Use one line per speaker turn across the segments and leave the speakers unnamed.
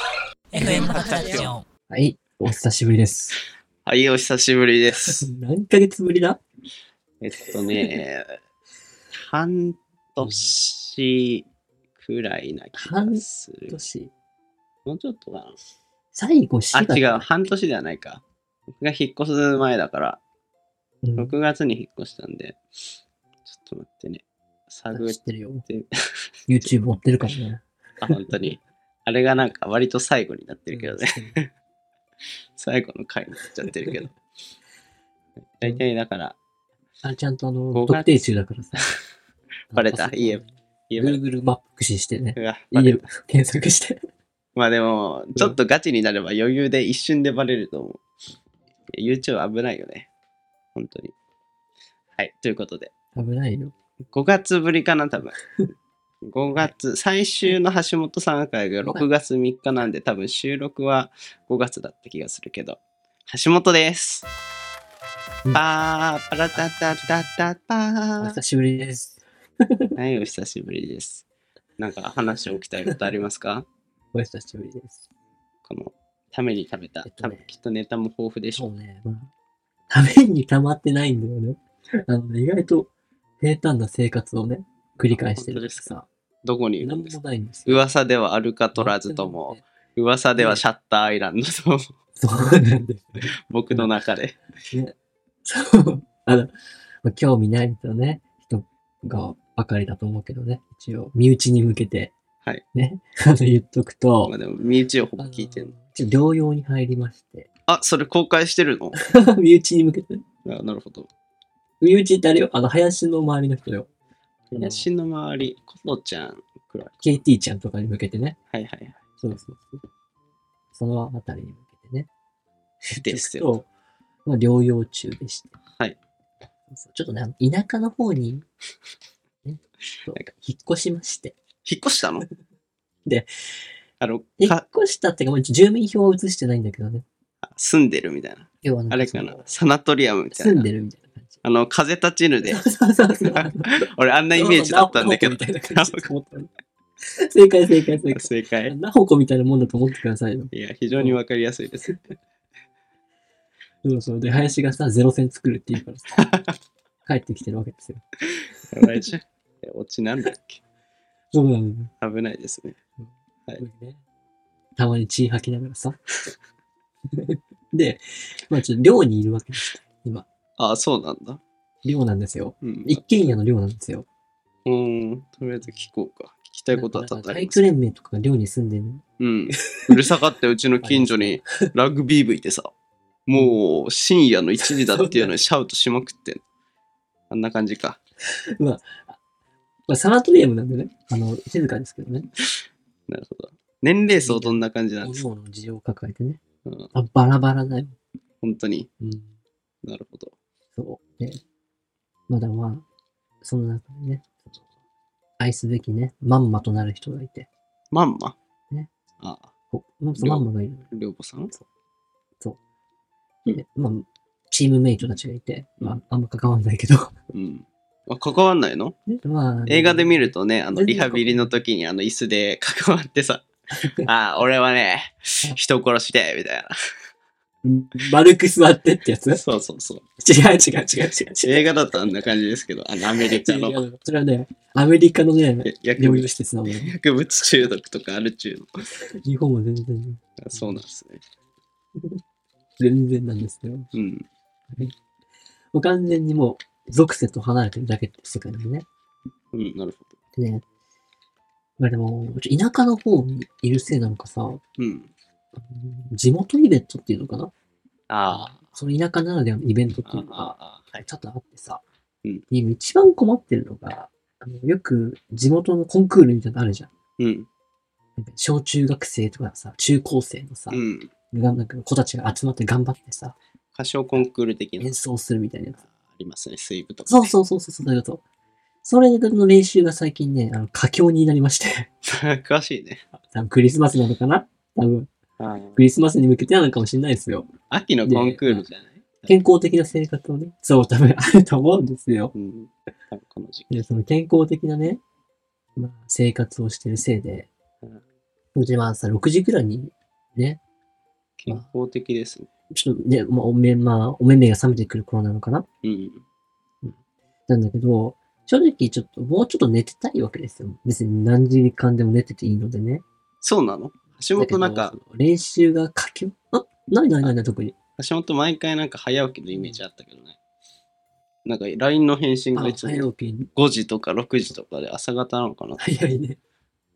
の円の博ラジオ。
はい、お久しぶりです。
はい、お久しぶ りです。
何ヶ月ぶりだ
えっとね、半年くらいな気がする。
年。
もうちょっとか
最後4
な。あ、
月。
違う、半年ではないか。僕が引っ越す前だから、
うん。
6月に引っ越したんで、ちょっと待ってね。探っ
知ってるよ。
て、
YouTube 持ってるからね。
あ、本当に。あれがなんか割と最後になってるけどね。
うん。
最後の回になっちゃってるけ ど。大体だから、
あれちゃんとあの、
五月
特定中だからさ。
バレたいいえ言えば
Google マップ駆使して ね。
うわバ
家
レ
を検索して。
まあでも、ちょっとガチになれば余裕で一瞬でバレると思う。YouTube 危ないよね。本当に。はい、ということで。
危ないよ。
5月ぶりかな、多分。5月、最終の橋本さん会が6月3日なんで、多分収録は5月だった気がするけど。橋本です
う。ん
パー、パラタタタタパ
お
ー
久。しぶりです。
はい、お久しぶりです。なんか話を聞きたいことありますか
お久しぶりです。
この、ために食べた、
えっとね
多分きっとネタも豊富でしょ
そうね。まあ、ために溜まってないんだよね。あのね、意外と平坦な生活をね、繰り返してるからさ。
どこにいる
何
んです
も
か
ないんですよ。
噂ではアルカトラズとも、噂ではシャッターアイランドと も、
そうなんですよ。
僕の中で。
ね。そう。あの、まあ興味ない人ね、人がばかりだと思うけどね、一応、身内に向けて、
はい。
ね、あの、言っとくと
まあ、でも、身内を
あ
ほぼ
の
聞いてるの。
ちょっと療養に入りまして、
あ、それ公開してるの
身内に向けてね、
あなるほど。
身内ってあれよ、あの、林の周りの人よ、うん
林の周り、コトちゃんくらい。
KT ちゃんとかに向けてね、
はいはいはい。
そうそうそう。そのあたりに向けてね、
です
言っ
よ。
とくと、まあ、療養中でして。
はい
そうそう。ちょっとね、田舎の方に、ね、ちょっと引っ越しまして。
引っ越したの
で、
あの、
引っ
か
越したっていうか、もう住民票を移してないんだけどね。
住んでるみたいな。
要はん
あれか
そ
な
の。
サナトリアムみたい
住ん
な。
でるみたいな感 じ。
あの、風立ちぬで、
そうそうそう。
俺あんなイメージだったんだけど
ナホコみ。たいな感じだと思ったの正解正解正解。
正解。
ナホコみたいなもんだと思ってくださいよ。
いや、非常にわかりやすいです。
そうそう。で、林がさ、ゼロ戦作るって言うからさ、 帰ってきてるわけですよ。
やばい じゃん。オチなんだっけ
そうなのよ。
危ないですね。はい
ねたまに血吐きながらさ。 で、まあちょっと寮にいるわけです。
ああ、そうなんだ。
寮なんですよ。
うん。
一軒家の寮なんですよ。
うーん。とりあえず聞こうか。聞きたいことはた
なんか体
だりま
育
す。
連盟とかが寮に住んでる
うん。うるさかって、うちの近所にラグビー部いてさ、もう深夜の1時だっていうのにシャウトしまくってんあんな感じか。
まあ、サナトリアムなんでね、あの、静かですけどね、
なるほど。年齢層どんな感じなん
お
です
の
か、
おの事情を抱えてね、
うん、
あバラバラだよ。
本当に。
うん、
なるほど。
そう。で、まだまあ、その中にね、愛すべきね、まんまとなる人がいて、
まんま。
ね
ああ、
こうんそうまんまがいるのよ
りょうぼさん
で、まあ、チームメイトたちがいて、まあ、あんま関わんないけど、
うん。あ、関わんないの
ねまあ、
映画で見るとね、あの、
全然
リハビリの時にあの、椅子で関わっ てさ、ああ、俺はね、人殺しで、みたい
うん、丸く座ってってやつ違
な。
う
そうそうそう。
違う違う違う違う。
映画だとあんな感じですけど、あの、アメリカ
違
の
う違うそれはね、アメリカのね、
薬
療養
物
施設なのよ。
薬物中毒とかある中の。
日本は全然、
そうなんですね。
全然なんですよ。
うん。
もう完全にもう、属性と離れてるだけって世界なんでね。
うん、なるほど。
でね。まあでも、ちょ田舎の方にいるせいなのかさ、
うん。
地元イベントっていうのかな
ああ。
その田舎ならではのイベントって
あ
い
あ
うのが、
ああ、はい。
ちょっとあってさ、
うん
で今一番困ってるのが、あのよく地元のコンクールみたいなのあるじゃん。
うん。
なんか小中学生とかさ、中高生のさ、
うん。
がなんか子たちが集まって頑張ってさ、
歌唱コンクール的な。
演奏するみたいなやつ
あ。りますね、水部とか。
そうそうそうそう、そういうこと。それの練習が最近ね、あの、佳境になりまして。
詳しいね。
多分クリスマスなのかな多分、
ああ
クリスマスに向けてなのかもしれないですよ。
秋のコンクールじゃない
健康的な生活をね、そう、多分あると思うんですよ。
うん。多分この時期。
で、その健康的なね、まあ、生活をしてるせいで
うん、
うちまあさ、6時くらいにね。
健康的ですね。
ちょっとね、まあ、お目、まあ、お目目が覚めてくる頃なのかな
うん。
なんだけど、正直ちょっと、もうちょっと寝てたいわけですよ。別に何時間でも寝てていいのでね。
そうなの橋本なん
だ
か
け、ど、その練習が佳境あ、ないないないない、特に。
橋本毎回なんか早起きのイメージあったけどね。なんか LINE の返信
あ
がいつ
早
も
起き、
5時とか6時とかで朝方なのかな
早いね。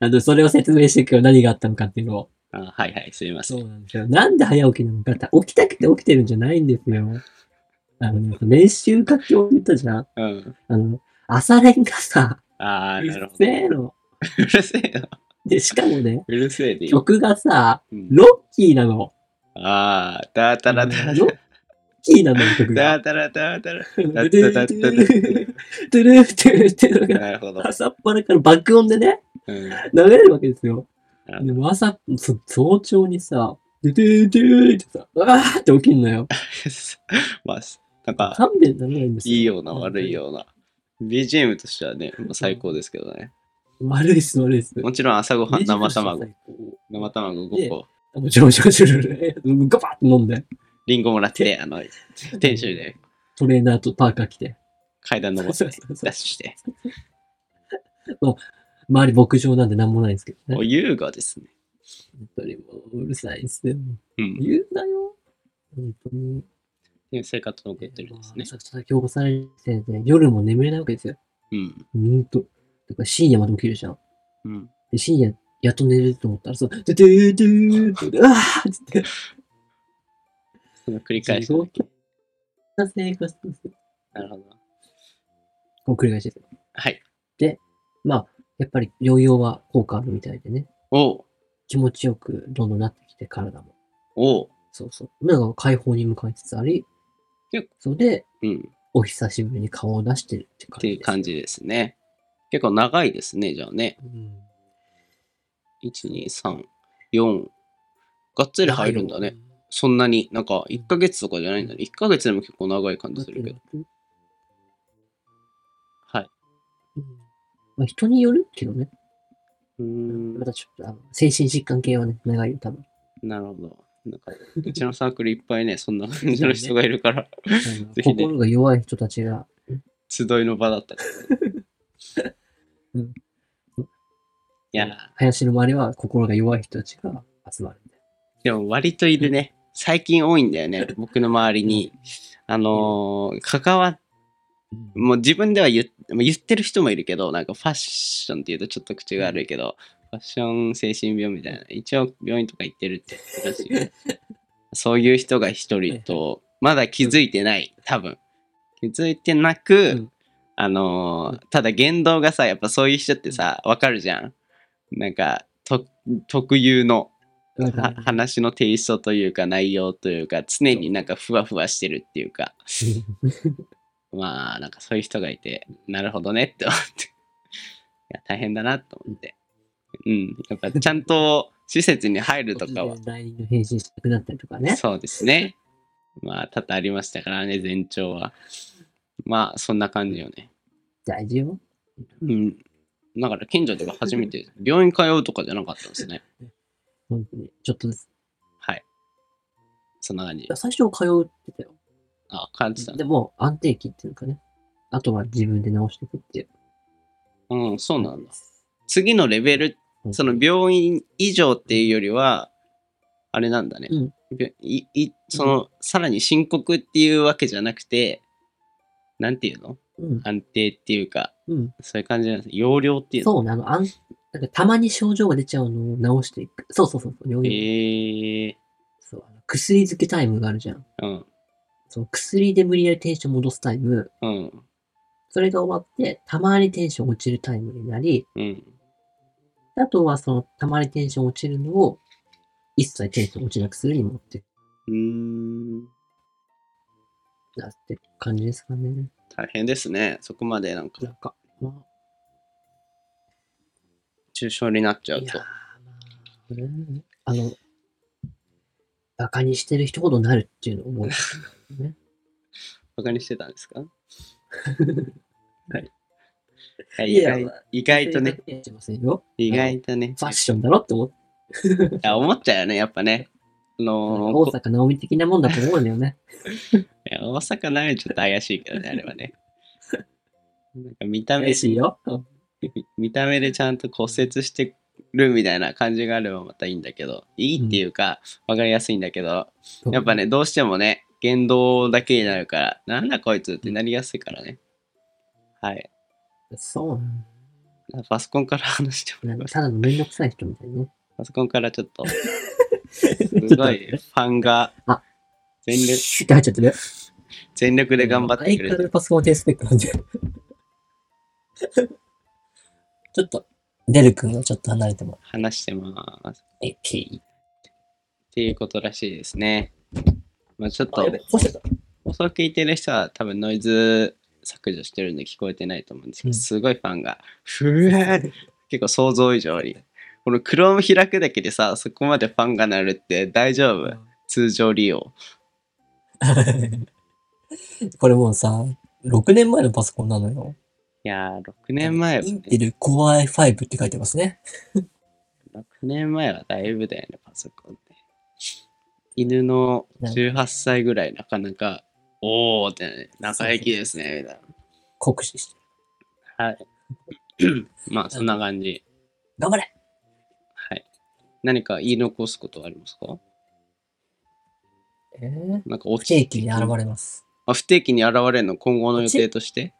あの、それを説明していくよ。何があったのかっていうのを。
あはいはい、すいませ
そ
ん。
うなんですよ。なんで早起きなのかって、起きたくて起きてるんじゃないんですよ。あのね、練習佳境って言ったじゃん。
うん。
あの、朝練がさ、
ああ、
う
なる
っ
ほど
せ。えの。
うるせえよ。
で、しかもね、
うるせえでいい。
曲がさ、
うん
ロッキーなの。
ああ、だーたらだ
あ
ー
のロッキーなの、曲が。
だーたらだーたら。
トゥルー
だっ
トゥ
た
ルー
だ
ト
った
ゥ
だ
ル
っ
ートゥルーっていう
た。
のが、
なるほど。
朝っぱらから爆音でね、
うん。な
流れるわけですよ。
るほ
で
ど
も朝、そ早朝にさ、ドゥドゥドゥってさ、わーって起きんのよ。
まあ、なんか、
勘弁ならないんですよ。
いいような、悪いような。BGM としてはね、もう最高ですけどね。
悪いっす、悪いっす。
もちろん朝ごはん、生卵。
も
生卵5個。
ちろん、もちろん、もちろん、ガバッと飲んで、
リンゴもらって、あの、テンションで
トレーナーとパーカー着て、
階段登って
そうそう、そう
ダッシュして。
周り牧場なんで何もないんですけどね。
お優雅ですね。
本当にもううるさいっすよ。
うん。
言うなよ。本当に。
生活を送ってるんですね
めち。ゃくちゃ強されてて、夜も眠れないわけですよ。
うん。
ほんと。だから深夜まで起きるじゃん。
うん。
で、深夜、やっと寝れると思ったら、そう、ドゥドゥドゥドゥドゥ、うわーっつって、
その繰り返し
地。獄な生活ですよ
なるほど。
こう繰り返しですよ。
はい。
まあ、やっぱり療養は効果あるみたいでね、
おう
気持ちよくどんどんなってきて、体も。
おう
そうそう。なんか解放に向かいつつあり
結、
そうで、
うん。
お久しぶりに顔を出してるって
っ
感
て
じで
い
す。
う感。じですね。結構長いですね、じゃあね。
うん。
1、2、3、4。がっつり入るんだね。。そんなに、なんか1ヶ月とかじゃないんだね。1ヶ月でも結構長い感じするけど。はい。
うんまあ、人によるけどね。
うーん
ま、たちょっとあの精神疾患系はね、長いよ、多 分。
なるほど。なんか、うちのサークルいっぱい ね、そんな感じの人がいるから、ね
心が弱い人たちが、
集いの場だったから。
うん
いやー、
林の周りは心が弱い人たちが集まるみたい
でも割といるね。最近多いんだよね、僕の周りに。あのー関わっ
な。
もう自分では言っ言ってる人もいるけど、なんかファッションって言うとちょっと口が悪いけど、ファッション精神病みたいな、一応病院とか行ってるって言ってたし そういう人が一人と、まだ気づいてない、多分。気づいてなく、
うん
あのーただ言動がさ、やっぱそういう人ってさ、わかるじゃん。なんか、と特有の
なん
は
か
話のテイストというか内容というか、常になんかふわふわしてるっていうか。まあ、なんかそういう人がいて、なるほどねって思って。い や、大変だなと思って。うん。やっぱちゃんと施設に入るとかは
突然、LINE の返信したくなったりとかね。
そうですね。まあ、多々ありましたからね、前兆は。まあ、そんな感じよね。
大事よ。
うん。だから、近所では初めて、病院通うとかじゃなかったんですね。
本当に。ちょっとです。
はい。そんな感じ
いや。最初は通うってたよ。
あ、感じたね
でも、安定期っていうかね。あとは自分で直していくっていう。
うん、そうなんだ。
だ。
次のレベルその病院以上っていうよりは、あれなんだね。
うん
びょいいその、さらに深刻っていうわけじゃなくて、なんていうの
うん。
安定っていうか、
うん。
そういう感じなんです。容量っていうの。
そうね、あの、あんなんかたまに症状が出ちゃうのを直していく。そうそうそうそう、療
え
養
ー、
そうあの薬漬けタイムがあるじゃん。
うん、
その薬で無理やりテンション戻すタイム、
うん、
それが終わって、たまにテンション落ちるタイムになり、
うん。
あとはそのたまにテンション落ちるのを、一切テンション落ちなくするに持って
うーん、
なってる感じですかね。
大変ですね。そこまでなん
な
か、
んか、ま
抽象になっち
あ、
ゃ
いうやー
と
ま。あ、うんあの、バカにしてる人ほどなるっていうのを思う。ね、
バカにしてたん ですかはい。はい
いや
意外意外とね、
やってませんよ。
意外とね、
ファッションだろって思って。
いや、思っちゃうよね、やっぱね。あの
大
こ
阪直美的なもんだと思うんだよ ね。
いや大阪なめちょっと怪しいけ どね、あれはね。なんか見た目
嬉、しいよ。
見た目でちゃんと骨折してるみたいな感じがあればまたいいんだけど、いいっていうか、わかりやすいんだけど、やっぱね、どうしてもね、言動だけになるから、なんだこいつってなりやすいからね。はい。
そうなん
パソコンから話してもらい
だ。
ます。
ただのめんどくさい人みたいね。
パソコンからちょっと、
す
すご いファンが
あ
全力
シュッて入っちゃってる。
全力で頑張ってく
相変わ
れて
ら
る。
ずパソコン低スペックなん で。ちょっと、デル君はちょっと離れても
話してます。っ
らえ、ピ
ていうことらしいですね。まあ、ちょっ
ー。あ、や
と
べ、、干してた。
放送聞いてる人は多分ノイズ削除してるんで聞こえてないと思うんですけ
う
ど、
ん
すごいファンが、ふえー結構想像以上に。この Chrome 開くだけでさ、そこまでファンがなるって大丈夫通常利用。
これもうさ、6年前のパソコンなのよ。
いやー、6年前は、
イン
ね、
テル Core i5 って書いてますね。
6年前はだいぶだよね、パソコンって。犬の18歳ぐらい、なかなか、おーって、ね、仲良きですね、みたい
酷使して。
な。はい。 まあ、そんな感じ。
頑張れ
はい。何か言い残すことはありますか
えー、
なんかお
不定期に現れます。
あ不定期に現れるの今後の予定として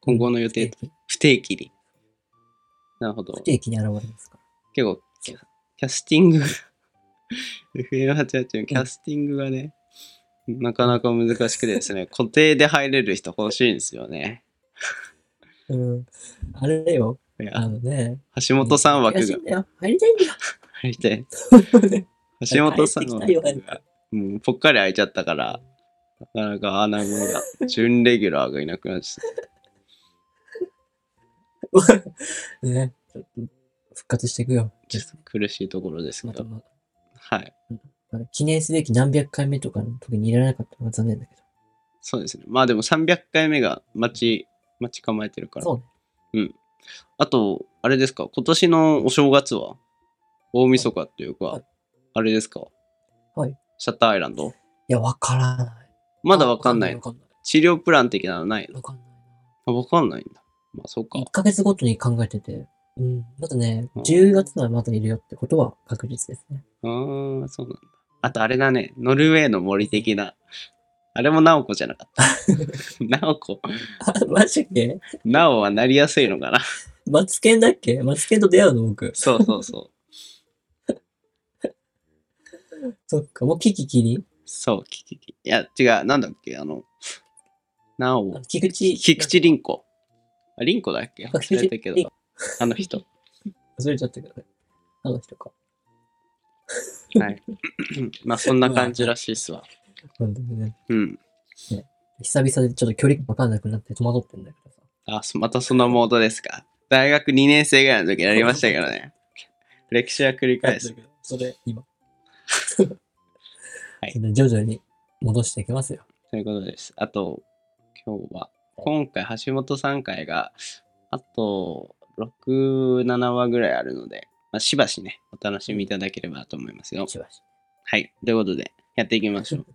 今後の予定と
不定期
不定期に。なるほど
不。定期に現れますか
結構キャ、キャスティングが、FM88 のキャスティングがね、なかなか難しくてですね、固定で入れる人欲しいんですよね。
ら。うん。あれよ、
い
あ
や
のね。
橋本さん枠
悔しい
が
んだよ入りたいんだよ。
入って、
て
橋本さん
帰っ
枠
てきたよ
が、もうぽっかり空いちゃったから、なかなか穴子が、準レギュラーがいな くなっちゃっ
ね、ちょっと復活していくよ。
た。ちょっと苦しいところですけ
また
ど、
ま
はい。
あの記念すべき何百回目とかの時にいられなかったのが残念だけど。
そうですね。まあでも300回目が待ち、待ち構えてるから。
そうね。
あと、あれですか、今年のお正月は、大晦日っていうか、
はい
あれですか、
はい
シャッターアイランド
いや、わからない。
まだわかんない
わ。かんない。
治療プラン的なのない
わかんない。
のわかんないんだ。まあ、そうか
1。ヶ月ごとに考えてて、うん、まだね、
うん
10月はまだいるよってことは確実ですね。
あーそうなんだ。あと、あれだね、ノルウェーの森的な。あれもナオコじゃなかった。 ナオコ。
あ、マジで
ナオはなりやすいのかな。
マツケンだっけマツケンと出会うの僕。
そうそうそう。
そっか、もうキキキに
そう、キキキ。いや、違う、なんだっけ、あの、ナオ
あの菊池。
菊池凛子。あ、凛子だっけ
あ
忘れたけ
菊池凛
ど。あの人。
忘れちゃったけどね。あの人か。
はい。まあ、そんな感じらしいっすわ。
本当にね。
うん。
久々でちょっと距離わかんなくなって戸惑ってんだけどさ。
あ、そまたそのモードですか。大学2年生ぐらいの時やりましたけどね。歴史は繰り返す。
それ、今。
はい
それ徐々に戻していきますよ。
ということです。あと、今日は、今回、橋本さん回が、あと、6、7話ぐらいあるので、まあ、しばしね、お楽しみいただければと思いますよ。
しばし。
はい。ということで、やっていきましょう。